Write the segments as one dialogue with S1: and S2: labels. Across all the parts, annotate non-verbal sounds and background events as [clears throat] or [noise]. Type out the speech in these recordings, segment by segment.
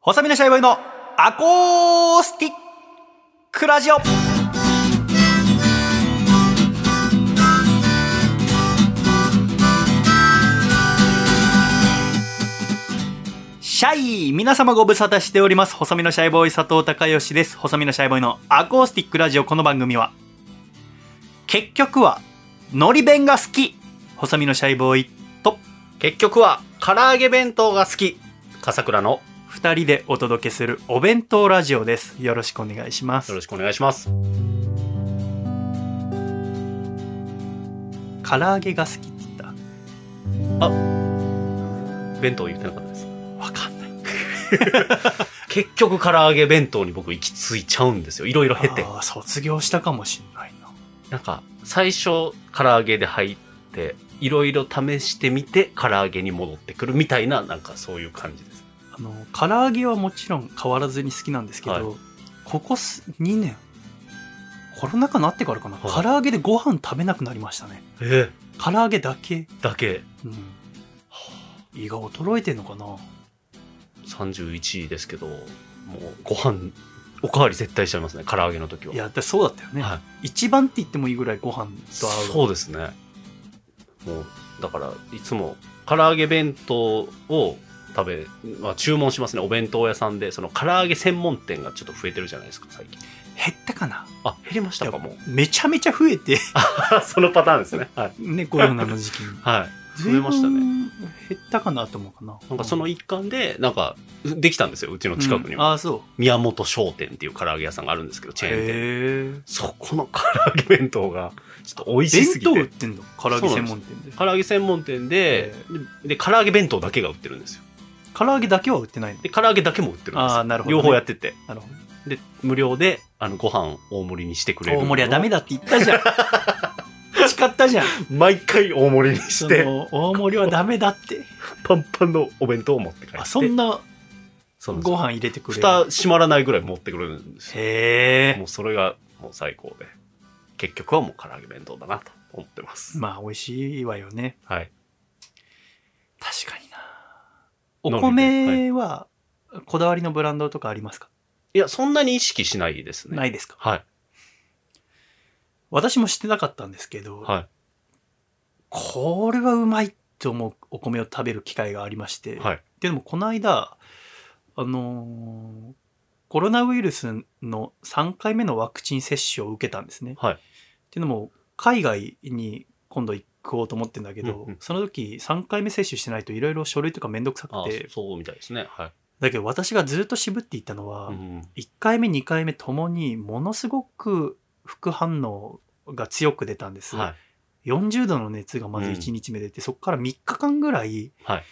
S1: 細身のシャイボーイのアコースティックラジオシャイ皆様ご無沙汰しております。細身のシャイボーイ佐藤孝義です。細身のシャイボーイのアコースティックラジオこの番組は、結局は、のり弁が好き細身のシャイボーイと、
S2: 結局は唐揚げ弁当が好き笠倉の
S1: 二人でお届けするお弁当ラジオです。よろしくお願いします
S2: よろ。しくお願いします
S1: 唐揚げが好きって言った。
S2: 弁当言ってなかったです
S1: わか
S2: [laughs]
S1: んない。
S2: 結局唐揚げ弁当に僕行き着いちゃうんですよいろいろ経て
S1: あー卒業したかもしんないな。
S2: なんか最初唐揚げで入っていろいろ試してみて唐揚げに戻ってくるみたいななんかそういう感じです
S1: あの、唐揚げはもちろん変わらずに好きなんですけど、
S2: はい
S1: ここす2年、コロナ禍になってからかな、
S2: はい
S1: 唐揚げでご飯食べなくなりましたね。
S2: え
S1: 唐揚げだけ。
S2: だけ
S1: うん。胃が衰えてんのかな
S2: 31位ですけどもうご飯おかわり絶対しちゃいますね唐揚げの時はい
S1: や、だってそうだったよね、
S2: はい
S1: 一番って言ってもいいぐらいご飯と合う。
S2: そうですねもうだからいつも唐揚げ弁当を食べ、まあ、注文しますねお弁当屋さんでその唐揚げ専門店がちょっと増えてるじゃないですか最近
S1: 減ったかな
S2: あ減りましたかもう
S1: めちゃめちゃ増え
S2: [laughs]
S1: て、
S2: そのパターンですねはい、
S1: ね、コロナの時期に。
S2: はい、増えましたね
S1: ね。減ったかなと思うかな。
S2: なんかその一環でなんかできたんですようちの近くに
S1: うん
S2: は、
S1: ああ、そう。
S2: 宮本商店っていう唐揚げ屋さんがあるんですけどチェーン
S1: へ
S2: 店
S1: え。
S2: そこの唐揚げ弁当がちょっと美味し
S1: 弁
S2: すぎ
S1: 当売っててんの唐揚げ専門店で。
S2: 唐揚げ専門店でで唐揚げ弁当だけが売ってるんですよ
S1: 唐揚げだけは売ってないの
S2: で唐揚げだけも売ってるんです
S1: あ
S2: よ
S1: あ、なるほど、
S2: 両方やってて
S1: なるほど。
S2: で無料であのご飯大盛りにしてくれる
S1: 大盛りはダメ
S2: だ
S1: だって言ったじゃん。 [laughs] 誓った [laughs] じゃん。
S2: 毎回大盛りに
S1: そ
S2: して
S1: の、大盛りはダメだ [laughs] って。
S2: パンパンのお弁当を持って帰って
S1: あ、そんな
S2: そうなんです
S1: ご飯入れてくれる。
S2: 蓋閉まらないぐらい持ってくれるんですよ
S1: へえ
S2: も。うそれがもう最高で結局はもう唐揚げ弁当だなと思ってます
S1: まあ、美味しいわよね。
S2: はい
S1: 確かにな。お
S2: 海苔
S1: 米は、こだわりのブランドとかありますか、
S2: いやそんなに意識しないですね
S1: ないですか
S2: はい
S1: 私も知ってなかったんですけど、
S2: は
S1: これはうまいと思うお米を食べる機会がありまして、
S2: いはい
S1: でもこの間あのーコロナウイルスの3回目のワクチン接種を受けたんですね。
S2: はい
S1: っていうのも海外に今度行こうと思ってんだけど、
S2: うんうん
S1: その時3回目接種してないといろいろ書類とかめんどくさ
S2: あ
S1: くて
S2: そそうみたいですねはい、
S1: だけど私がずっと渋っていたのは、
S2: うん、
S1: 1回目2回目ともにものすごく副反応が強く出たんです。
S2: はい
S1: 40度の熱がまず
S2: うん
S1: 1日目出て、そこから3日間ぐらい
S2: はい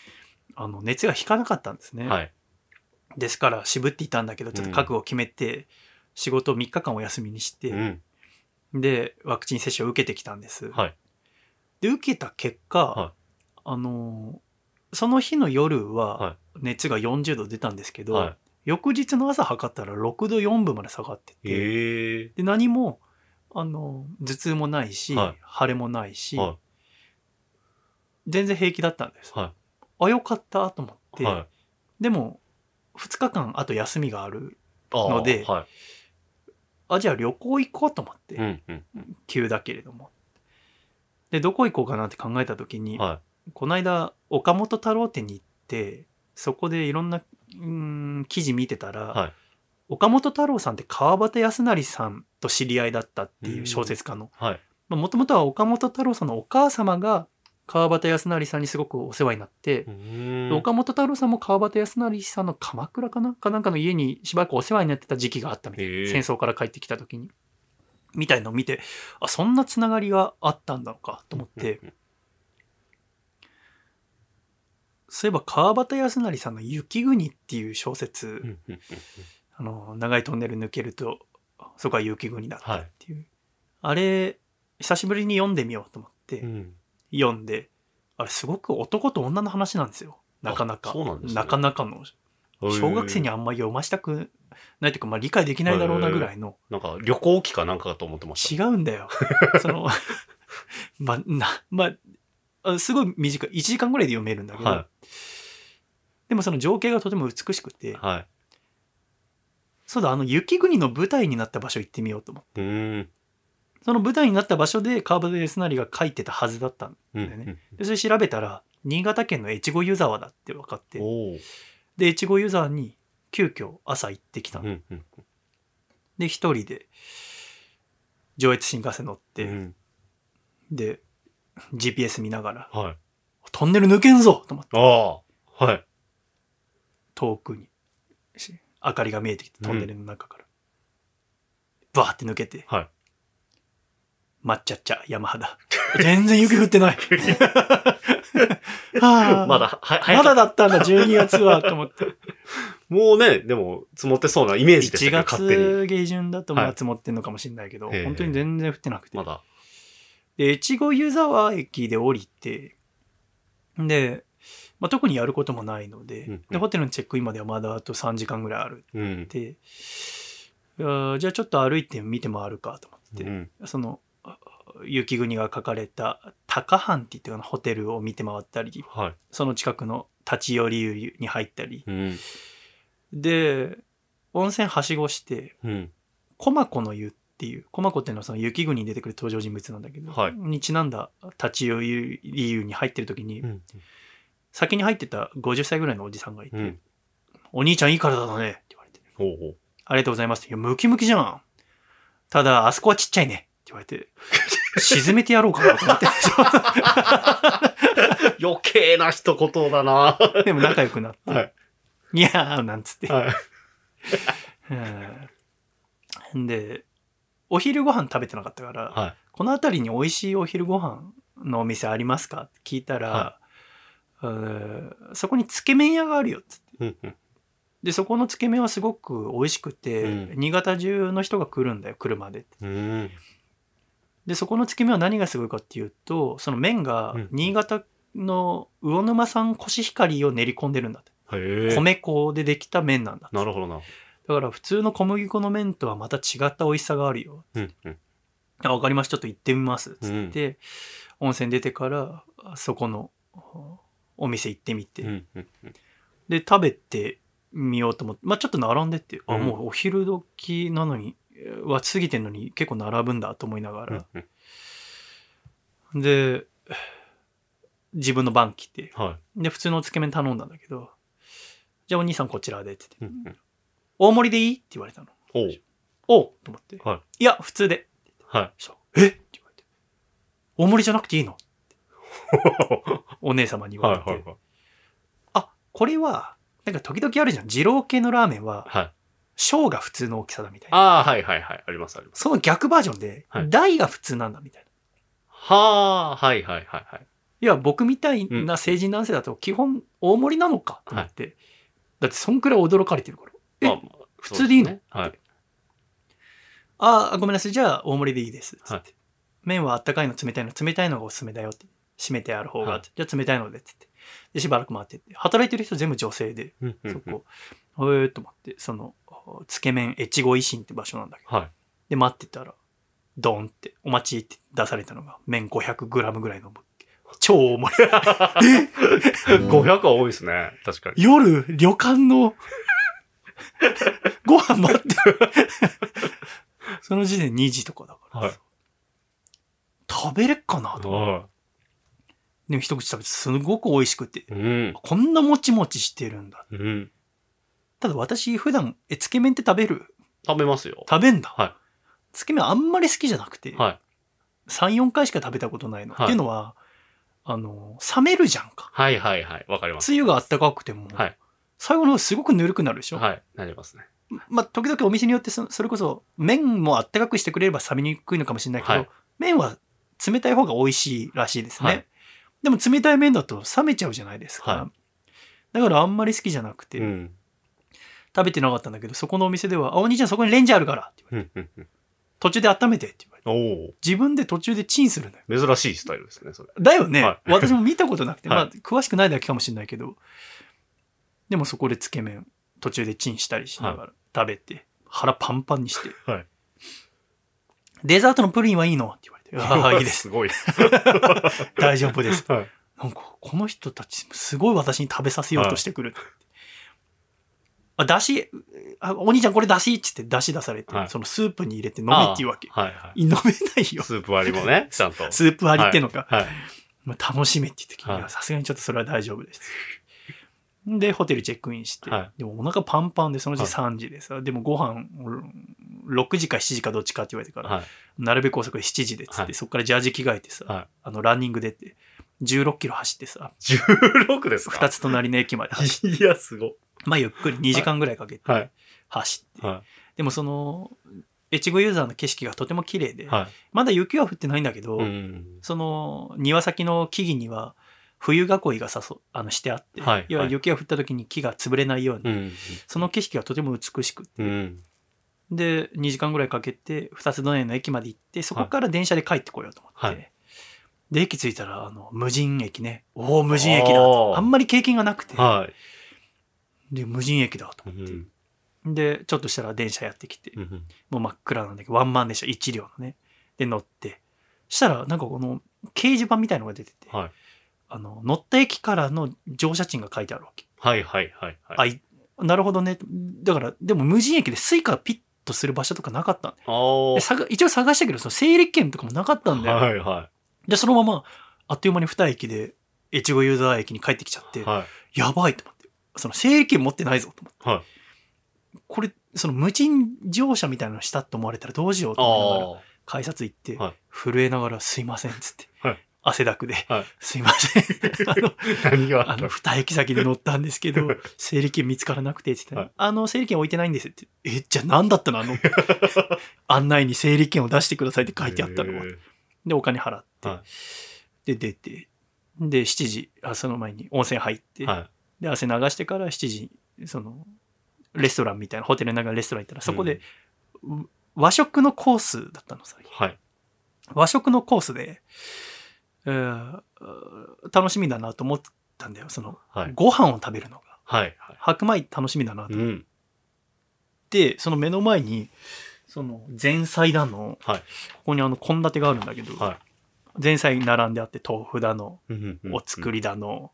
S1: あの熱が引かなかったんですね、
S2: はい
S1: ですから渋っていたんだけどちょっと覚悟を決めて、仕事を3日間お休みにし
S2: う
S1: て、
S2: ん
S1: でワクチン接種を受けてきたんです、
S2: はい
S1: で受けた結果、
S2: は
S1: あのーその日の夜
S2: は
S1: は熱が40度出たんですけど、
S2: は
S1: 翌日の朝測ったら6度4分まで下がって
S2: い
S1: て、
S2: へえ
S1: で何もあの頭痛もないし、
S2: はい
S1: 腫れもないし、
S2: は
S1: 全然平気だったんです、
S2: は
S1: あよかったと思って、
S2: はい
S1: でも2日間あと休みがある
S2: あー
S1: ので
S2: は
S1: あじゃあ旅行行こうと思って、
S2: いうんうん
S1: 急だけれどもでどこ行こうかなって考えた時に、
S2: は
S1: この間岡本太郎店に行ってそこでいろんなうーん記事見てたら、
S2: はい
S1: 岡本太郎さんって川端康成さんと知り合いだったっていう小説家の
S2: いはい
S1: もともとは岡本太郎さんのお母様が川端康成さんにすごくお世話になって、
S2: うーん
S1: 岡本太郎さんも川端康成さんの鎌倉かなかなんかの家にしばらくお世話になってた時期があったみたい
S2: へえ
S1: 戦争から帰ってきた時にみたいのを見てあそんなつながりがあったんだのかと思って、
S2: うんうん
S1: そういえば川端康成さんの「雪国」っていう小説、
S2: うんうんうん
S1: あの長いトンネル抜けるとそこは雪国だったっていう、あれ久しぶりに読んでみようと思って、
S2: うんうん
S1: 読んであれすごく男と女の話なんですよなかなか
S2: あそうなんですね
S1: なかなかの小学生にあんまり読ましたくないというか、まあ、理解できないだろうなぐらいの
S2: なんか旅行機かなんかかと思ってまし
S1: 違うんだ
S2: [laughs]
S1: よその [laughs] まあなまああすごい短い1時間ぐらいで読めるんだ
S2: た。
S1: けど、
S2: は
S1: でもその情景がとても美しくて
S2: い。はい。
S1: そうだ、あの、雪国の舞台になった場所行ってみようと思って。
S2: うーん。
S1: その舞台になった場所で川端康成が書いてたはずだったん
S2: うん。
S1: だよね。で、それ調べたら、新潟県の越後湯沢だって分かっ
S2: う
S1: て
S2: ん。、おお。
S1: で、越後湯沢に急遽朝行ってきたの
S2: うん。うん。
S1: で、一人で、上越新幹線乗って、
S2: うん
S1: で、GPS 見ながら、
S2: はい。
S1: トンネル抜けんぞと思って、
S2: ああ。はい。
S1: 遠くに、し明かりが見えてきて、トンネルの中から。バーって抜けて、
S2: はい。
S1: 抹茶茶、山肌。全然雪降って
S2: [laughs]
S1: ない。はあ
S2: ま。だ、は、早
S1: ま
S2: か
S1: だ
S2: った
S1: だったんだ、12月は、と思
S2: [laughs]
S1: って。
S2: もうね、でも、積もってそうなイメージでした
S1: 1
S2: けど、勝手に。
S1: 月下旬だとま
S2: は
S1: あ
S2: い
S1: 積もってんのかもしれないけど、
S2: ええ
S1: 本当に全然降ってなくて。
S2: まだ。
S1: で、越後湯沢駅で降りて、で、まあ、特にやることもないので、
S2: うんうん
S1: で、ホテルのチェックインまではまだあと3時間ぐらいある
S2: うん
S1: っ。て、いやーじゃあちょっと歩いて見て回るかと思って、
S2: うん。
S1: その、あ雪国が書かれた高藩って言ってかなホテルを見て回ったり、
S2: はい。
S1: その近くの立ち寄り湯に入ったり、
S2: うん。
S1: で、温泉はしごして、
S2: うん。
S1: 駒子の湯っていう駒子っていうのはその雪国に出てくる登場人物なんだけど、
S2: はい
S1: にちなんだ立ち寄り理由に入ってる時に、
S2: うん。
S1: 先に入ってた50歳ぐらいのおじさんがいて「
S2: うん。
S1: お兄ちゃんいい体だね」って言われて
S2: ほうほう。 [laughs]
S1: 「ありがとうございます」って「いやムキムキじゃんただあそこはちっちゃいね」って言われ
S2: [laughs]
S1: て沈めてやろうかなと思って
S2: 余計な一言
S1: [laughs]
S2: だな。は
S1: でも仲良くなって「
S2: はい
S1: い、やー」なんつって、
S2: い。
S1: うんでお昼ご飯食べてなかったから、
S2: は
S1: この辺りに美味しいお昼ご飯のお店ありますかって聞いたら、
S2: は
S1: うーんそこにつけ麺屋があるよっつって
S2: い。うん。うん
S1: でそこのつけ麺はすごく美味しくて、
S2: うん
S1: 新潟中の人が来るんだよ車で
S2: うん。
S1: でそこのつけ麺は何がすごいかっていうとその麺が
S2: うん
S1: 新潟の魚沼産コシヒカリを練り込んでるんだって、
S2: へえ。
S1: 米粉でできた麺なんだって
S2: なるほどな。
S1: だから普通の小麦粉の麺とはまた違った美味しさがあるよ
S2: うん。うん。
S1: あわかりましたちょっと行ってみます」
S2: う
S1: つ
S2: ん
S1: って、温泉出てからあそこのおお店行ってみて、
S2: うん。うん。
S1: で食べてみようと思って、まあ、ちょっと並んでって、
S2: う
S1: あ
S2: ん
S1: もうお昼時なのにえーは過ぎてんのに結構並ぶんだと思いなが
S2: うん
S1: ら、で自分の番来て
S2: は
S1: で普通のおつけ麺頼んだんだけど「じゃあお兄さんこちらで」って
S2: い。う
S1: 言って
S2: ん。うん
S1: 「大盛りでいい?」って言われたの
S2: ほう。
S1: 「おう!」と思って「
S2: はい
S1: や普通で」
S2: はい。
S1: そうえって言われて「大盛りじゃなくていいの?」
S2: は
S1: お姉様に
S2: い
S1: 言われて、
S2: はいはい。
S1: あこれはなんか時々あるじゃん二郎系のラーメンは
S2: はい。
S1: 小が普通の大きさだみたいな
S2: ああ、はいはいはい。ありますあります。
S1: その逆バージョンで
S2: はい
S1: 大が普通なんだみたいな、
S2: はあ、はいはいはいはい。
S1: い、や僕みたいな成人男性だと基本大盛りなのかと思って、だってそんくらい驚かれてるからえ
S2: まあまあ
S1: 普通でいいの
S2: そうすねはい。
S1: ああごめんなさいじゃあ大盛りでいいです、
S2: はい
S1: つって麺はあったかいの冷たいの冷たいのがおすすめだよって締めてある方が、
S2: はい
S1: じゃあ冷たいのでって言ってでしばらく待ってって働いてる人全部女性で
S2: うんうんう
S1: そ
S2: ん
S1: こ、えーっと思ってそのつけ麺越後維新って場所なんだけど
S2: はい。
S1: で、待ってたら、ドンって、お待ちって出されたのが、麺 500g ぐらいの、超重い。
S2: 500は多いですね。確かに。
S1: 夜、旅館の、 [laughs] ご飯待ってる。 [laughs] その時点2時とかだから、
S2: はい
S1: 食べれっかなと。
S2: は
S1: でも一口食べて、すごく美味しくて
S2: い。。うん。
S1: こんなもちもちしてるんだ。
S2: うん。
S1: ただ私、普段、え、つけ麺って食べる
S2: 食べますよ。
S1: 食べんだ。
S2: はい
S1: つけ麺あんまり好きじゃなくて、
S2: はい。
S1: 3、4回しか食べたことないの。
S2: は
S1: っ
S2: い
S1: ていうのは、あの、冷めるじゃんか。
S2: はいはいはい。わかります。
S1: 梅雨があったかくても、
S2: はい
S1: 最後の方すごくぬるくなるでしょ、
S2: はい。なりますね。
S1: まあ時々お店によってそそれこそ麺もあったかくしてくれれば冷めにくいのかもしれないけど、
S2: はい
S1: 麺は冷たい方が美味しいらしいですね、
S2: はい
S1: でも冷たい麺だと冷めちゃうじゃないですか、
S2: は
S1: だからあんまり好きじゃなくて、
S2: うん。
S1: 食べてなかったんだけどそこのお店では「あお兄ちゃんそこにレンジあるから」って言われて
S2: うんうんうん。
S1: 途中で温めてって言われて
S2: おお。
S1: 自分で途中でチンするのよ
S2: 珍しいスタイルですね、それ。
S1: だよね、
S2: はい
S1: 私も見たことな
S2: [laughs]
S1: くて、
S2: は
S1: ま
S2: い
S1: あ詳しくないだけかもしれないけどでもそこでつけ麺途中でチンしたりしながら食べて、腹パンパンにして
S2: はい。
S1: デザートのプリンはいいのって言われて、
S2: [laughs]
S1: ああ、いいです。
S2: すごい。
S1: 大丈夫
S2: [laughs]
S1: です。
S2: はい。
S1: なんか、この人たち、すごい私に食べさせようとしてくる。あ、だし、あお兄ちゃんこれだしっつってだし出されて、
S2: はい
S1: そのスープに入れて飲めっていうわけ。
S2: ああはいはい。
S1: 飲めないよ。
S2: スープ割りもね、ちゃん
S1: [laughs]
S2: と。
S1: スープ割りってのが、
S2: はい。
S1: まあ、楽しめって言ってきて、い
S2: はい
S1: やさすがにちょっとそれは大丈夫です。で、ホテルチェックインして、
S2: は
S1: でもお腹パンパンで、その時
S2: はい
S1: 3時でさ、でもご飯、6時か7時かどっちかって言われてから、
S2: はい。
S1: なるべく遅く7時でっつって、
S2: はい
S1: そっからジャージ着替えてさ、
S2: はい
S1: あの、ランニング出て、16キロ走ってさ、
S2: 16ですか
S1: 2つ隣の駅まで走って、
S2: いや、すごい。
S1: まあゆっくり2時間ぐらいかけて
S2: はい。
S1: 走って、
S2: は
S1: でもその、越後ユーザーの景色がとても綺麗で、
S2: い。はい。
S1: まだ雪は降ってないんだけど、
S2: うん。
S1: その庭先の木々には冬囲いがさそあのしてあって、
S2: はい
S1: 要は
S2: はい
S1: 雪が降った時に木が潰れないように、
S2: うん。
S1: その景色がとても美しく
S2: うん。
S1: で2時間ぐらいかけて二つ隣の駅まで行ってそこから電車で帰ってこようと思って、
S2: はい
S1: で駅着いたらあの無人駅ねおお無人駅だ
S2: おー
S1: あんまり経験がなくて、
S2: は
S1: で無人駅だと
S2: い。う
S1: 思って、
S2: ん。
S1: でちょっとしたら電車やってきて、
S2: うん
S1: もう真っ暗なんだけどワンマン電車一両のねで乗ってしたらなんかこの掲示板みたいのが出てて、
S2: はい。
S1: あの、乗った駅からの乗車賃が書いてあるわけ。
S2: はいはいはいはい。
S1: あいなるほどね。だから、でも無人駅でスイカがピッとする場所とかなかったんだよ
S2: お
S1: で
S2: ー
S1: 探一応探したけど、その整理券とかもなかったんだよ。
S2: はいは
S1: で、そのまま、あっという間に二駅で、越後ユーザー駅に帰ってきちゃって、
S2: い。はい。
S1: やばいと思って。その整理券持ってないぞと思って。
S2: はい
S1: これ、その無人乗車みたいなのしたと思われたらどうしようと思いながら、
S2: ああ。
S1: 改札行って、
S2: はい
S1: 震えながらすいませんっつって、
S2: はい
S1: 汗だくで、
S2: はい
S1: すいま
S2: [laughs]
S1: せん。 [laughs] あの
S2: 何があ
S1: あ
S2: った
S1: の、二駅先で乗ったんですけど、整理券見つからなくて、って言って、
S2: はい
S1: あの、整理券置いてないんですって。え、じゃあ何だったのあ
S2: [laughs]
S1: の、案内に整理券を出してくださいって書いてあったのは。
S2: へー
S1: で、お金払って、
S2: は
S1: で、出て、で、7時、あその前に温泉入って、
S2: は
S1: で、汗流してから7時、その、レストランみたいな、ホテルの中のレストラン行ったら、
S2: い。
S1: そこで、う和食のコースだったのさ。
S2: はい。
S1: 和食のコースで、うんうん楽しみだなと思ったんだよ。その、
S2: はい。
S1: ご飯を食べるのが。
S2: はい。はい。
S1: 白米楽しみだなと
S2: う
S1: 思っ
S2: ん。
S1: て、その目の前に、その前菜だの、
S2: はい
S1: ここにあの献立があるんだけど、
S2: は
S1: 前菜並んであって、豆腐だの、
S2: い。うん
S1: お作。りだの、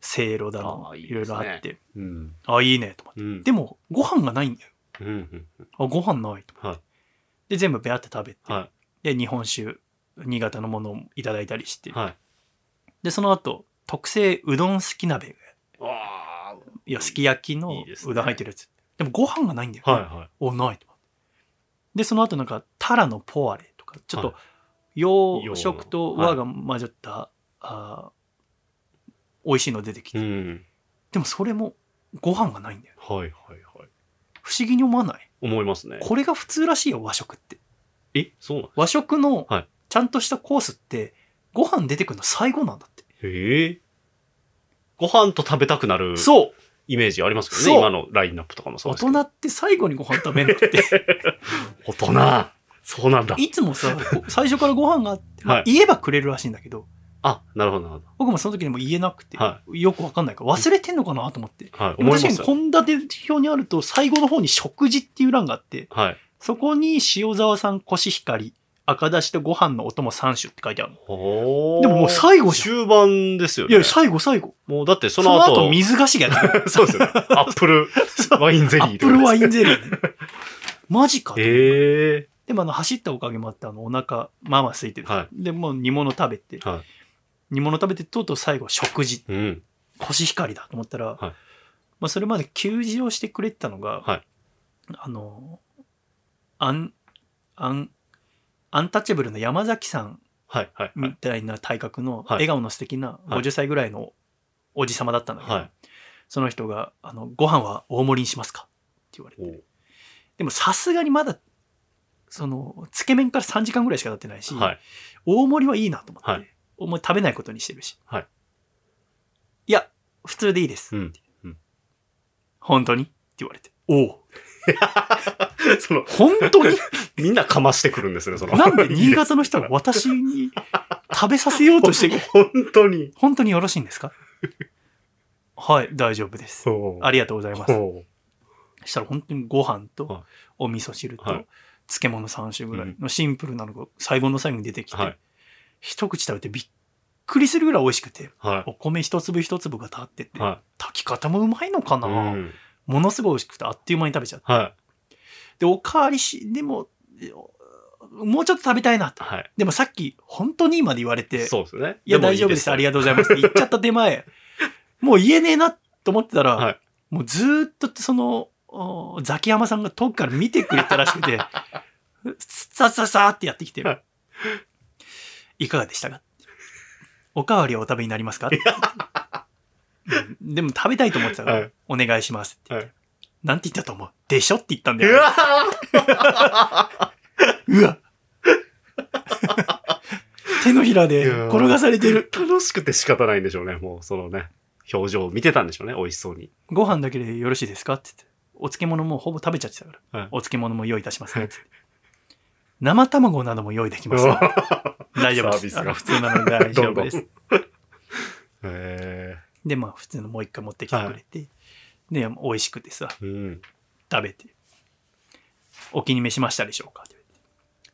S1: せいろだの、
S2: あーいい
S1: いろ
S2: で
S1: い
S2: すね
S1: ろあって、
S2: うん。
S1: あ、いいね、と思って。
S2: うん。
S1: でも、ご飯がないんだよ。
S2: うんうん。
S1: あ、ご飯ないと思って。
S2: はい。
S1: で、全部ベアって食べて、
S2: は
S1: で、日本酒、新潟のものをいただいたりし
S2: い。
S1: て、
S2: はい。
S1: で、その後、特製うどんすき鍋、
S2: あ
S1: いや、すき焼きの
S2: いいですね
S1: うどん入ってるやつ。でも、ご飯がないんだよ。
S2: あ。はいは
S1: おないと思ってでその後なんかタラのポワレとかちょっと洋食と和が混じった、あー美味しいの出てき
S2: い。
S1: て、
S2: うん。
S1: でもそれもご飯がないんだよ
S2: はいはいはい。
S1: 不思議に思わない
S2: 思いますね。
S1: これが普通らしいよ和食って
S2: え、そうなん
S1: 和食の
S2: はい
S1: ちゃんとしたコースってご飯出てくるの最後なんだって、
S2: へえ。ご飯と食べたくなる
S1: そう
S2: イメージありますけど
S1: そう
S2: ね。今のラインナップとかもそう
S1: 大
S2: ですけど
S1: 人。って最後にご飯食べるのって
S2: [laughs] 大人。大人。そうなんだ。
S1: いつもさこ最初からご飯があって、まあ
S2: はい
S1: 言えばくれるらしいんだけど
S2: あ、なるほどなるほ
S1: 僕もその時にも言えなくて、
S2: は
S1: よくわかんないから忘れてんのかなと思って
S2: ど。はい。思い
S1: 確
S2: ま
S1: か
S2: す
S1: に
S2: よ。
S1: 献立表にあると最後の方に食事っていう欄があって、
S2: はい。
S1: そこに塩沢さん、コシヒカリ、赤だしとご飯のお供3種って書いてあるの。
S2: おー
S1: でももう最後じゃん
S2: 終盤ですよ
S1: い
S2: ね。
S1: や、最後最後。
S2: もうだって
S1: そ
S2: その
S1: の
S2: 後。
S1: 後水菓子がや
S2: [laughs]
S1: ってる
S2: そうです
S1: [laughs]
S2: よね。アップルワインゼリ
S1: ア
S2: ー
S1: ップルワイ
S2: ン。
S1: ンゼリーね。マジかと。
S2: へえ。
S1: でもあの走ったおかげもあってあのお腹まあまあ空いてる。
S2: は
S1: でもう煮物食べて、
S2: は
S1: 煮物食べてとうとう最後食事
S2: い。うん。
S1: コシヒカリだと思ったら、
S2: はい
S1: まあ、それまで給仕をしてくれてたのが、
S2: はい
S1: あのアンアンアンタッチャブルの山崎さん
S2: はいはいは
S1: み
S2: い。
S1: たいな体格の
S2: はい
S1: 笑顔の素敵な
S2: はい
S1: 50歳ぐらいのおじ様だったんだけど、
S2: はい。
S1: その人があの「ご飯は大盛りにしますか?」って言われ
S2: お
S1: てでもさすがにまだそのつけ麺から3時間ぐらいしか経ってないし、
S2: ーはい。 [laughs]
S1: 大盛りはいいなと思って、
S2: はい
S1: 大盛り食べないことにしてるし、
S2: はい
S1: いや普通でいいです、
S2: うん。
S1: 本当にって言われて。おう。
S2: その、
S1: 本当
S2: [laughs]
S1: に
S2: みんなかましてくるんですね、その。
S1: なんで新
S2: 潟
S1: 潟の人は私に食べさせようとしてくる
S2: [laughs] 本当に。
S1: 本当によろしいんですかはい、大丈夫です。
S2: そう。
S1: ありがとうございます。
S2: ほ
S1: そしたら本当にご飯
S2: はい
S1: とお味噌汁と
S2: はい
S1: 漬物3種ぐら
S2: う
S1: い
S2: ん
S1: のシンプルなのが最後の最後に出てき
S2: うは
S1: て
S2: い、。
S1: 一口食べてびっくりするぐらい美味しくて、
S2: は
S1: お米一粒一粒が立ってて
S2: い。、は
S1: 炊き方もうまいのか
S2: い。
S1: な
S2: うん
S1: ものすごい美味しくてあっという間に食べちゃう。
S2: はい。
S1: で、おかわりし、でも、もうちょっと食べたいなと。
S2: はい。
S1: でもさっき、本当に今で言われて、
S2: そうですよね。
S1: いや、大丈夫です。あり
S2: が
S1: がとうございます。って言っちゃった手
S2: [laughs]
S1: 前、もう言えねえなと思ってたら、
S2: はい
S1: もうずーっとその、おザキヤマさんが遠くから見てくれたらしくて、さっさっさーってやってきて
S2: はい、
S1: いかがでしたかおかわりはお食べになります
S2: [laughs]
S1: かうんでも食べたいと思ってたから、
S2: はい
S1: お願いしますって言って、
S2: は
S1: なんて言ったと思うでしょって言ったんだ
S2: う
S1: よ。
S2: わ
S1: うわ [laughs] 手のひら
S2: いや
S1: で
S2: ー
S1: 転がされてる。
S2: 楽しくて仕方ないんでしょうね。もう、そのね、表情を見てたんでしょうね。美味しそう
S1: [laughs]
S2: に。
S1: ご飯だけでよろしいですかって言って。お漬物もほぼ食べちゃってたから。
S2: はい
S1: お漬物も用意いたしますね [laughs] って言って。生卵なども用意できますよ。大丈夫
S2: サービ
S1: で
S2: ス
S1: す。
S2: が
S1: あの普通なので大丈夫です。
S2: どん [laughs] へ
S1: [laughs] で、まあ普通のもう一回持ってきてくれて。で、美味しくてさ、
S2: え。うん。
S1: 食べて。お気に召しましたでしょうかって言われて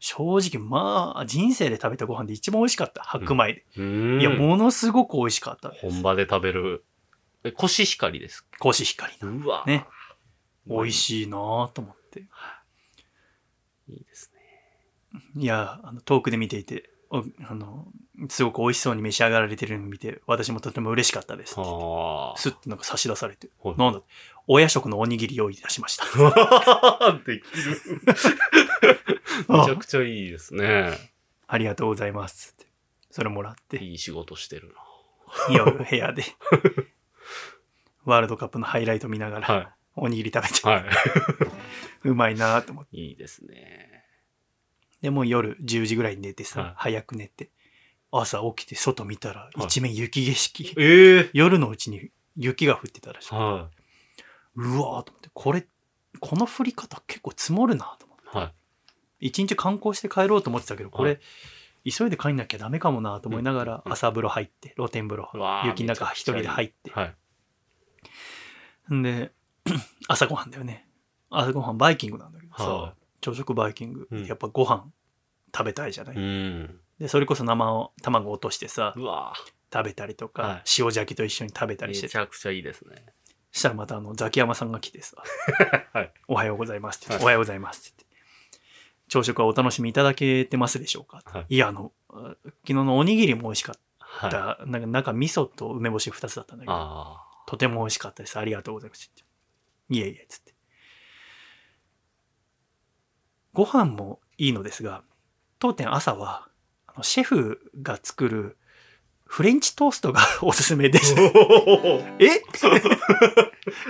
S1: 正直、まあ、人生で食べたご飯で一番美味しかった。白米で。
S2: うん。
S1: いや、ものすごく美味しかった。
S2: 本場で食べる、えコシヒカリです。
S1: コシヒカリの。
S2: うわ
S1: ね。美味しいなぁと思って。
S2: いいですね。
S1: いや、あの、遠くで見ていて、おあの、すごく美味しそうに召し上がられてるのを見て、私もとても嬉しかったです。 [laughs]
S2: は
S1: スッとなんか差し出されて、
S2: はい
S1: なんだ、お夜食のおにぎり用意いたしました。
S2: あ。できる。めちゃ
S1: [laughs] あ
S2: くちゃいいですね。
S1: [laughs] ありがとうございます。ってそれもらって、
S2: いい仕事してる
S1: 夜部 [laughs] 屋で、ワールドカップのハイライト見なが
S2: な。
S1: ら、
S2: は
S1: おにぎり食べて
S2: い。、は
S1: うまいなぁと思って。 [laughs]
S2: い。いいですね。
S1: で、もう夜10時ぐらいに寝てさ、
S2: はい
S1: 早く寝て、朝起きて外見たら、
S2: い
S1: 一面雪景色。
S2: ええ
S1: 夜のうちに雪が降ってたらしい。
S2: は
S1: うわーと思って、これ、この降り方結構積もるなと思って。
S2: い。は
S1: 一日観光して帰ろうと思ってたけど、こ
S2: は
S1: れ、急いで帰んなきゃダメかもなと思いながら、
S2: うん
S1: 朝風呂入って、露天風呂
S2: うわ、ー
S1: 雪の中一人で入っ
S2: い。
S1: て。
S2: はい。
S1: んで、 [clears throat] 朝ごはんだよね。朝ごはんバイキングなんだけどさ
S2: は、
S1: 朝食バイキング
S2: う、ん
S1: やっぱご飯食べたいじゃない。
S2: うん。
S1: で、それこそ生を、卵落としてさ、
S2: うわ
S1: 食べたりとか、
S2: はい
S1: 塩じゃきと一緒に食べた
S2: め
S1: りして
S2: ちゃくちゃいいですね。
S1: したらまたあのザキヤマさんが来てさ、
S2: [laughs] はい
S1: おはようございますって言って、
S2: はい
S1: おはようございますって言って朝食はお楽しみいただけてますでしょうか、、
S2: はい
S1: や、あの、あ昨日のおにぎりも美味しかっ
S2: はい。
S1: た。
S2: あ
S1: なんか中味噌と梅干し2つだったんだけど、
S2: あ
S1: とても美味しかったです。ありがとうございますって言って。いえいえ、つって。ご飯もいいのですが、当店朝は、あのシェフが作るフレンチトーストが [laughs] おすすめでした。 [laughs]
S2: ー。
S1: え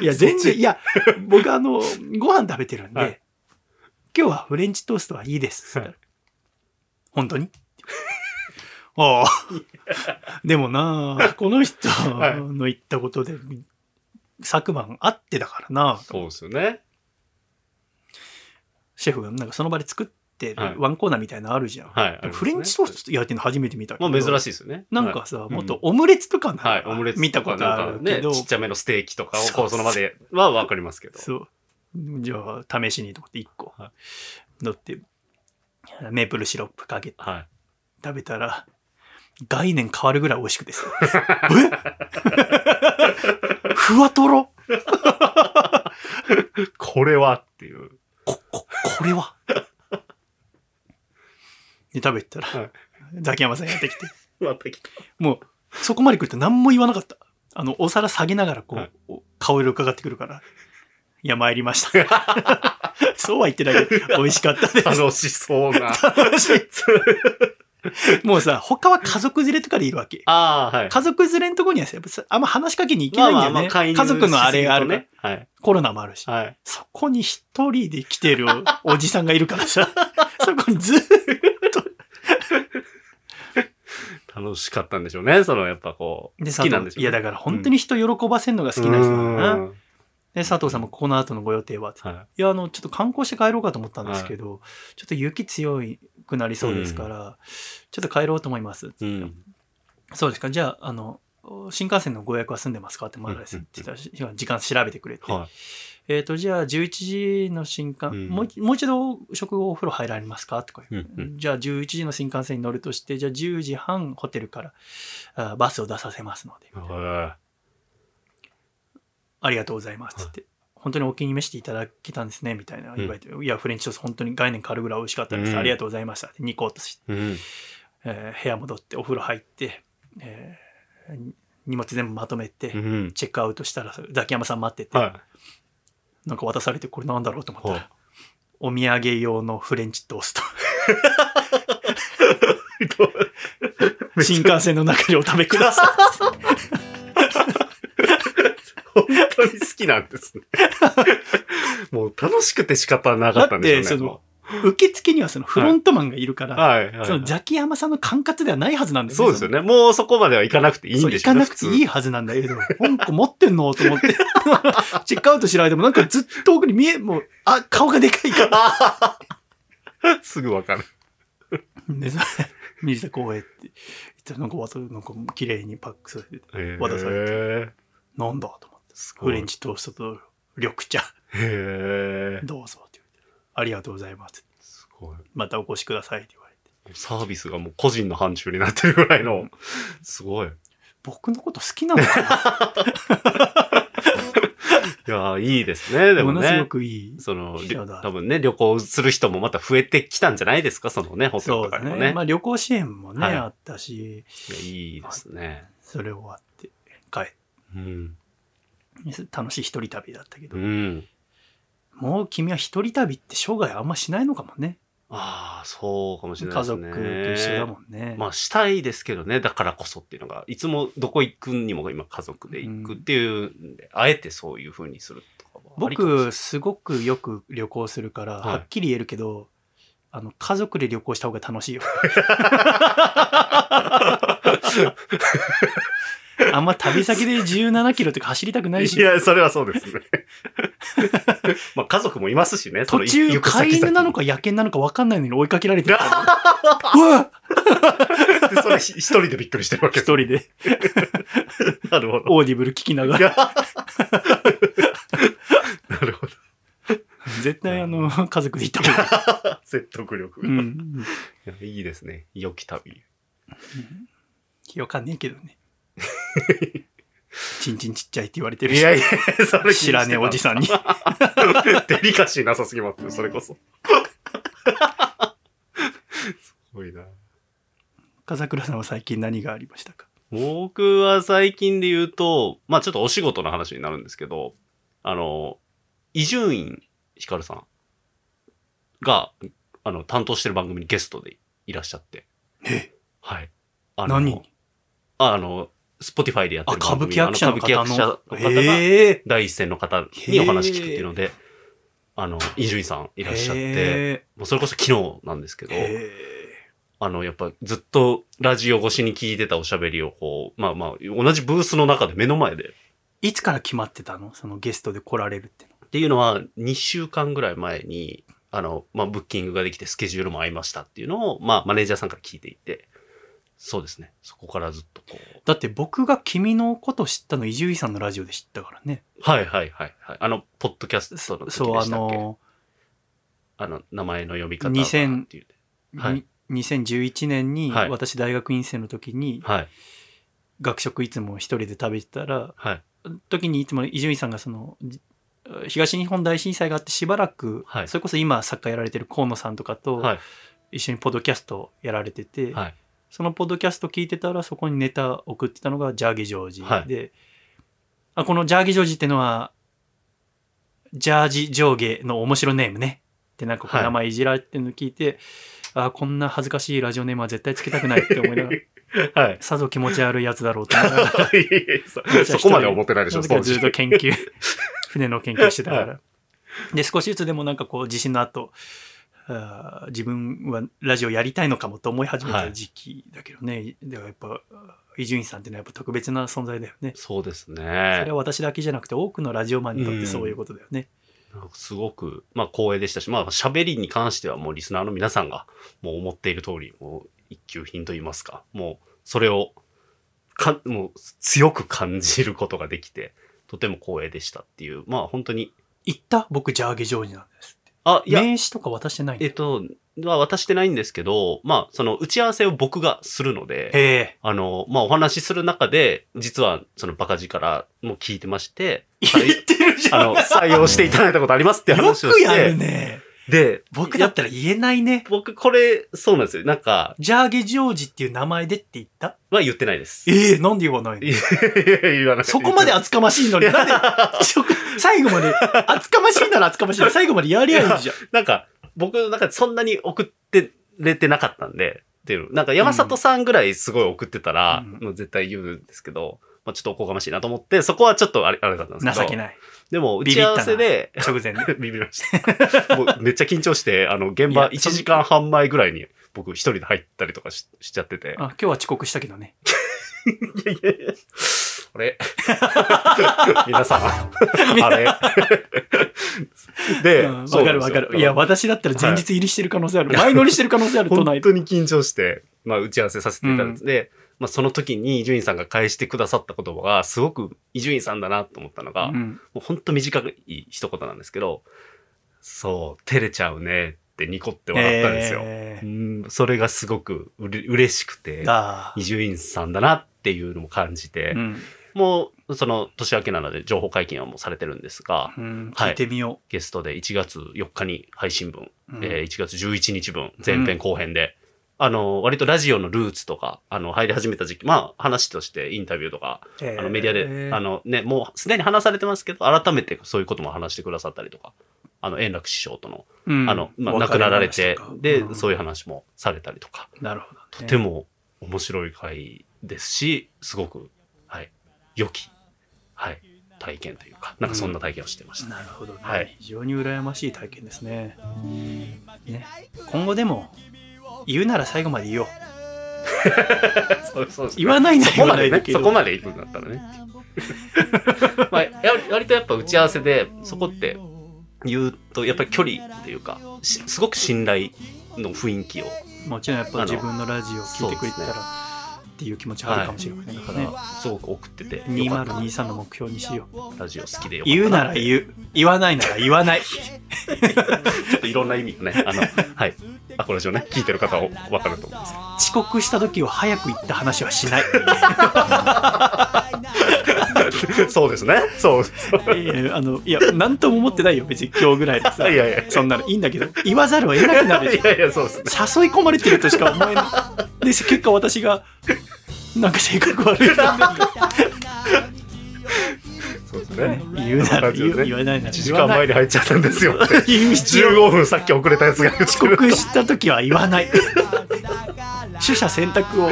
S1: いや、全然、いや、僕あ
S2: [laughs]
S1: の、ご飯食べてるんで、
S2: はい
S1: 今日はフレンチトーストはいいです。本
S2: [laughs]
S1: 当にああ。 [laughs] でもなあ、この人の言ったことで、昨晩会ってだからな、
S2: そうですよね。
S1: シェフがなんかその場で作って
S2: はい
S1: るワンコーナーみたいなのあるじゃん。
S2: はい。ありますね
S1: フレンチトースト焼いてるの初めて見たけ
S2: ま
S1: ど。
S2: あ珍
S1: しい。
S2: しいですよね。
S1: なんかさ、もっと
S2: うん
S1: オムレツとかな
S2: はい、オムレツ
S1: 見たことあ
S2: なん
S1: る
S2: か
S1: けど、
S2: ね、ちっちゃめのステーキとかを
S1: そう
S2: こうその場ではわかりますけど。
S1: そう。じゃあ、試しにと思って1個
S2: は。
S1: だって、メープルシロップかけて
S2: はい。 [laughs]
S1: 食べたら、概念変わるぐらい美味しくて
S2: [laughs]
S1: さ。え [laughs] ふわとろ
S2: これはっていう。
S1: こ、こ、これはで、食べてたら、
S2: はい
S1: ザキヤマさんやってきて、
S2: また来た。
S1: もう、そこまで来ると何も言わなかった。あの、お皿下げながら、こう、
S2: はい
S1: お顔色伺ってくるから、いや、参りました。 [laughs] そうは言ってないけど、美味しかったです。
S2: [laughs] 楽しそうな。
S1: [laughs] もうさ、他は家族連れとかでいるわけ。
S2: ああ、はい。
S1: 家族連れのとこにはさ、やっぱさあんま話しかけに行けないんだよね。
S2: まあまあ介入
S1: 家族のあれがある
S2: しす
S1: ね
S2: ぎ。とね。
S1: コロナもあるし。
S2: はい。はい。
S1: そこに一人で来てるお [laughs] おじさんがいるから
S2: [laughs]
S1: さ、そこにずっ
S2: 楽しかったんでしょうね。その、やっぱこう。
S1: と
S2: 好きなんでしょう
S1: いや、だから本当に人喜ばせるのが好きな人なんだな。で、佐藤さんもこの後のご予定はって
S2: うんはい
S1: や、あの、ちょっと観光して帰ろうかと思ったんですけど、ちょっと雪強くなりそうですから、ちょっと帰ろうと思います。
S2: い。うん。
S1: そうですか。じゃあ、あの、新幹線のご予約は済んでますかって、まだですって言ったらし、時間調べてくれて。
S2: は
S1: えっ、と、じゃあ、11時の新幹、
S2: うん
S1: もう一もう一度、食後お風呂入られますかとか
S2: い。う
S1: 言
S2: ん
S1: う、
S2: うん。
S1: じゃあ、11時の新幹線に乗るとして、じゃあ、10時半、ホテルからあバスを出させますので、
S2: は
S1: ありがとうございますって言って、本当にお気に召していただけたんですね、みたいな。
S2: ん
S1: 言われて、いや、フレンチトースト本当に概念軽るぐらい美味しかったです。
S2: うん
S1: ありがとうございました。でニコッとして、
S2: うん。
S1: えー部屋戻って、お風呂入って、えーに荷物全部まとめて、
S2: うん。
S1: チェックアウトしたら、ザキヤマさん待ってて、
S2: は
S1: なんか渡されて、これなんだろうと思った
S2: は
S1: ら
S2: い、
S1: お土産用のフレンチトー
S2: [laughs]
S1: スト。 [laughs] 新幹線の中でお食べください。
S2: 本当に好きなんですね。 [laughs] もう楽しくて仕方なかったんでしょうね。
S1: だ
S2: [laughs]
S1: 受付にはそのフロントマンがいるから、
S2: はい、はいはい。
S1: そのザキヤマさんの管轄ではないはずなんだよね。
S2: そうですよね。もうそこまでは行かなくていいんでしょ
S1: そう行かなくてい
S2: い。
S1: いはずなんだけ
S2: [laughs]
S1: ど、なんか持ってんのと思って、 [laughs] チェックアウトしないでもなんかずっと奥に見え、もう、あ、顔がでかいから。
S2: 普通 [laughs] すぐわかる。
S1: で、それ水田公平って言ったらなんか渡る、なんか綺麗にパックされて、渡され
S2: れて。
S1: なんだと思って、
S2: すご
S1: フ
S2: い
S1: レンチトーストと緑茶、
S2: へえ。
S1: どうぞって言われて、ありがとうございます。
S2: すごい。
S1: またお越しくださいって言われて。
S2: サービスがもう個人の範疇になってるぐらいの、すごい。
S1: 僕のこと好きなのかな
S2: いやーいいです [laughs] ね、でも
S1: ものすご
S2: ね。
S1: くいい。
S2: その、り
S1: 人だ
S2: 多分ね、旅行する人もまた増えてきたんじゃないですか、そのね、ホテル
S1: そ
S2: と
S1: う
S2: か
S1: だ
S2: にも
S1: ね。
S2: ね。
S1: まあ旅行支援もね、
S2: はい
S1: あったし、
S2: いやいいですね。
S1: それ終わって帰っ
S2: うん。
S1: 楽しい一人旅だったけど、
S2: うん。
S1: もう君は一人旅って生涯あんましないのかもね
S2: ああ、そうかもしれな
S1: 家
S2: いです
S1: 族
S2: ね。
S1: と一緒だもんね、
S2: まあしたいですけどね、だからこそっていうのが、いつもどこ行くにも今家族で行くっていうんで、あえてそういう風にするとかはありかもしれない
S1: 僕すごくよく旅行するから、
S2: はい
S1: はっきり言えるけどあの家族で旅行した方が楽しいよ [laughs]
S2: [laughs]
S1: あんま旅先で1 7キロとか走りたくない
S2: い
S1: し
S2: や、それはそうですね。 [laughs] まあ家族もいますしね、その
S1: 途中
S2: 行
S1: 飼
S2: く先々
S1: い犬なのか野犬なのか分かんないのに追いかけられてる
S2: [laughs]
S1: うわ
S2: で [laughs] それひ一人でびっくりしてるわけ
S1: 一 [laughs]
S2: です。
S1: 人で
S2: なるほど。
S1: オーディブル聞き
S2: [laughs]
S1: ながら
S2: なるほど。
S1: [laughs] 絶対あの家族で行った方
S2: [laughs]
S1: が
S2: 説得力
S1: いい、
S2: が、
S1: う
S2: い
S1: ん、
S2: やいいですね。良き旅。
S1: よかんねえけど
S2: [laughs]
S1: ね。ちんちんちっちゃいって言われてる
S2: い
S1: し。
S2: やいや、 [laughs] それ
S1: 知らねえおじさんに。
S2: [laughs] デリカシーなさすぎますね、それ [laughs] こそ。すごいな。
S1: 風倉さんは最近何がありましたか
S2: 僕は最近で言うと、まあちょっとお仕事の話になるんですけど、あの、伊集院光さんが、あの、担当してる番組にゲストでいらっしゃって。
S1: え
S2: はい。あの
S1: 何
S2: ああの、スポティファイでやって
S1: あ、
S2: る
S1: 歌
S2: 番
S1: 舞
S2: 組
S1: 伎役者の
S2: あ歌
S1: 方
S2: 舞伎役者
S1: の
S2: の。方が、
S1: ええ
S2: 第一線の方にお話聞くっていうので、あの、伊集院さんいらっしゃって、
S1: へ
S2: もうそれこそ昨日なんですけ
S1: え
S2: ど、
S1: へ
S2: あの、やっぱずっとラジオ越しに聞いてたおしゃべりをこう、まあまあ、同じブースの中で目の前で、
S1: えいつから決まってたのそのゲストで来られるっての。
S2: っていうのは2週間ぐらい前に、あの、まあ、ブッキングができてスケジュールも合いましたっていうのを、まあ、マネージャーさんから聞いていて、そうですね。そこからずっとこう、
S1: だって僕が君のこと知ったの伊集院さんのラジオで知ったからね。
S2: はいはいはいはい。あの、ポッドキャストの時でしたっけ
S1: そう、あの、
S2: あの、名前の呼び方
S1: 2000
S2: っていう。はい
S1: に2011年に
S2: はい
S1: 私大学院生の時に
S2: はい。
S1: 学食いつも一人で食べてたら、
S2: はい。
S1: 時にいつも伊集院さんがそのじ東日本大震災があってしばらく、
S2: はい
S1: それこそ今作家やられてる河野さんとかと
S2: はい
S1: 一緒にポッドキャストやられてて、
S2: はい。
S1: そのポッドキャスト聞いてたらそこにネタ送ってたのがジャーギジョージで、
S2: はい
S1: あこのジャーギジョージってのはジャージ上下の面白ネームねってなんかこう
S2: はい
S1: 名前いじられてるの聞いて、あこんな恥ずかしいラジオネームは絶対つけたくないって思いながら [laughs]
S2: はい。
S1: さぞ気持ち悪いやつだろうと思いながら
S2: そ [laughs] そこまでは思ってないでしょ、
S1: その時は
S2: 当時
S1: ずっと研究、 [laughs] 船の研究してたから。で、少しずつでもなんかこう、地震の後、あー自分はラジオやりたいのかもと思い始めた時期だけどね。ではやっぱ、伊集院さんってのはやっぱ特別な存在だよね。
S2: そうです
S1: そ
S2: ね
S1: れ。は私だけじゃなくて多くのラジオマンにとってそういうことだよね。
S2: なんかすごく、まあ、光栄でしたし、まあ、喋りに関してはもうリスナーの皆さんが、もう思っている通り、もう一級品と言いますか、もう、それを、か、もう強く感じることができて、とても光栄でしたっていう、まあ、本当に、
S1: 行った僕、ジャーゲジョージなんですって。
S2: あ、いや、
S1: 名刺とか渡してないんだ
S2: えっと、は渡してないんですけど、まあ、その打ち合わせを僕がするの
S1: へ
S2: で、
S1: え。
S2: あの、まあ、お話しする中で、実はそのバカ力も聞いてまして、
S1: 言ってるじゃ
S2: あ
S1: ん。
S2: の、採用していただいたことありますっていう
S1: よ
S2: 話を
S1: く
S2: して。
S1: やるね。
S2: で、
S1: 僕だったら言えないね。
S2: 僕これ、そうなんですよ。なんか、
S1: ジャーゲジョージっていう名前でって言った
S2: は言ってないです。い
S1: ええなんで言わないの
S2: や言わない
S1: そこまで厚かましいのに、なんで、そこ最後まで、厚かましいなら厚かましい。最後までやりゃいいじゃん。
S2: [laughs] なんか、僕の中でそんなに送ってれてなかったんで、っていう。なんか山里さんぐらいすごい送ってたら、
S1: うん
S2: もう絶対言うんですけど、まあちょっとおこがましいなと思って、そこはちょっとあれあれだったんですけど。
S1: 情け
S2: い。
S1: ない。
S2: でも、打ち合わせで、
S1: 直
S2: [laughs]
S1: 前で。
S2: ビビりました。もうめっちゃ緊張して、あの、現
S1: いや
S2: 場1時間半前ぐらいに僕一人で入ったりとかししちゃってて
S1: あ、。今日は遅刻したけどね。
S2: いやいやいや。あれ [laughs] 皆さん、あれで、
S1: うんわ
S2: そう
S1: か
S2: なん
S1: る
S2: です
S1: わ
S2: よ
S1: かる。いや、私だったら前日入りしてる可能性ある。前乗りしてる可能性ある、都内
S2: 本
S1: で。
S2: 当に緊張して、まあ、打ち合わせさせていただいて、でまあ、その時に伊集院さんが返してくださった言葉がすごく伊集院さんだなと思ったのが、
S1: う
S2: も
S1: ん
S2: う本当短い一言なんですけど「そう照れちゃうね」ってニコって笑ったんですよ。
S1: え
S2: う
S1: ー
S2: んそれがすごくうれ嬉しくて
S1: あ
S2: 伊集院さんだなっていうのも感じ
S1: ー
S2: て
S1: う、ん
S2: もうその年明けなので情報解禁はもうされてるんですが
S1: うん
S2: はい
S1: 聞いてみよ
S2: ゲストで1月4日に配信分
S1: う。うん
S2: えー1月11日分、前編後編で、あの、割とラジオのルーツとか、あの、入り始めた時期、まあ、話としてインタビューとか、あの、メディアで、
S1: えー
S2: あのね、もうすでに話されてますけど、改めてそういうことも話してくださったりとか、あの、円楽師匠との、
S1: うん
S2: あの、まあ、
S1: わ
S2: 亡
S1: か
S2: く
S1: りま
S2: な
S1: した
S2: られて
S1: か、
S2: で、
S1: うん
S2: そういう話もされたりとか、
S1: なるほどね。
S2: とても面白い回ですし、すごく、はい、良き、はい、体験というか、なんかそんな体験をしてました。
S1: なるほどね、
S2: はい
S1: 非常に羨ましい体験ですねね今後でも言うなら最後まで言おう
S2: そうそうそう
S1: 言わないなら言
S2: そこ
S1: わ
S2: ま
S1: ない
S2: で
S1: だ
S2: ね、
S1: けど
S2: そこまで行くんだったらね。 [laughs] まあ、や割とやっぱ打ち合わせで、そこって言うと、やっぱり距離というか、しすごく信頼の雰囲気を。
S1: もちろんやっぱ自分のラジオを聞いてくれてたら、
S2: そ
S1: っていう気持ちあるかもしれない、
S2: だ
S1: ね
S2: から、すごく送ってて、よかった
S1: 2023の目標にしよう
S2: ラジオ好きでよかった
S1: 言うなら
S2: って
S1: 言う言わないなら言わない
S2: ちょっといろんな意味がね、あの、はい。アコラジオね、聞いてる方はわかると思うんです
S1: 遅刻した時は早く言った話はしない
S2: けど。 [laughs] そうですね。そうそう。
S1: いやいやあのいや何とも思ってないよ別に今日ぐらいでさ
S2: いやいや
S1: そんなのいいんだけど言わざるを得なくなるじゃん
S2: いやいや、そうですね。
S1: 誘い込まれてるとしか思えないで結果私がなんか性格悪い人
S2: そうですね。
S1: 言うなら言う
S2: ラジオね
S1: 言わないなら
S2: 1時
S1: 言
S2: 間
S1: わない
S2: 前に入っちゃったんです [laughs] よって。
S1: 言う必要
S2: 15分さっき遅れたやつが言ってる
S1: 遅刻した時は言わ [laughs] ない取捨選択を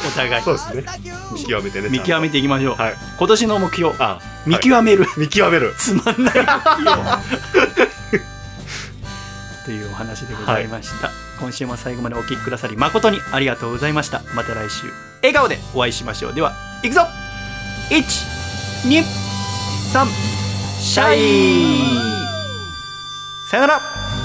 S1: お互い
S2: そうですね。見極めてね。
S1: 見極めていきましょう、
S2: はい
S1: 今年の目標
S2: ちゃんと。あ、
S1: 見極める、
S2: め。見極める。
S1: つまんない目標というお話でございました、今週も最後までお聞きくださり誠にありがとうございましたまた来週笑顔でお会いしましょうではいくぞ123シャイさよなら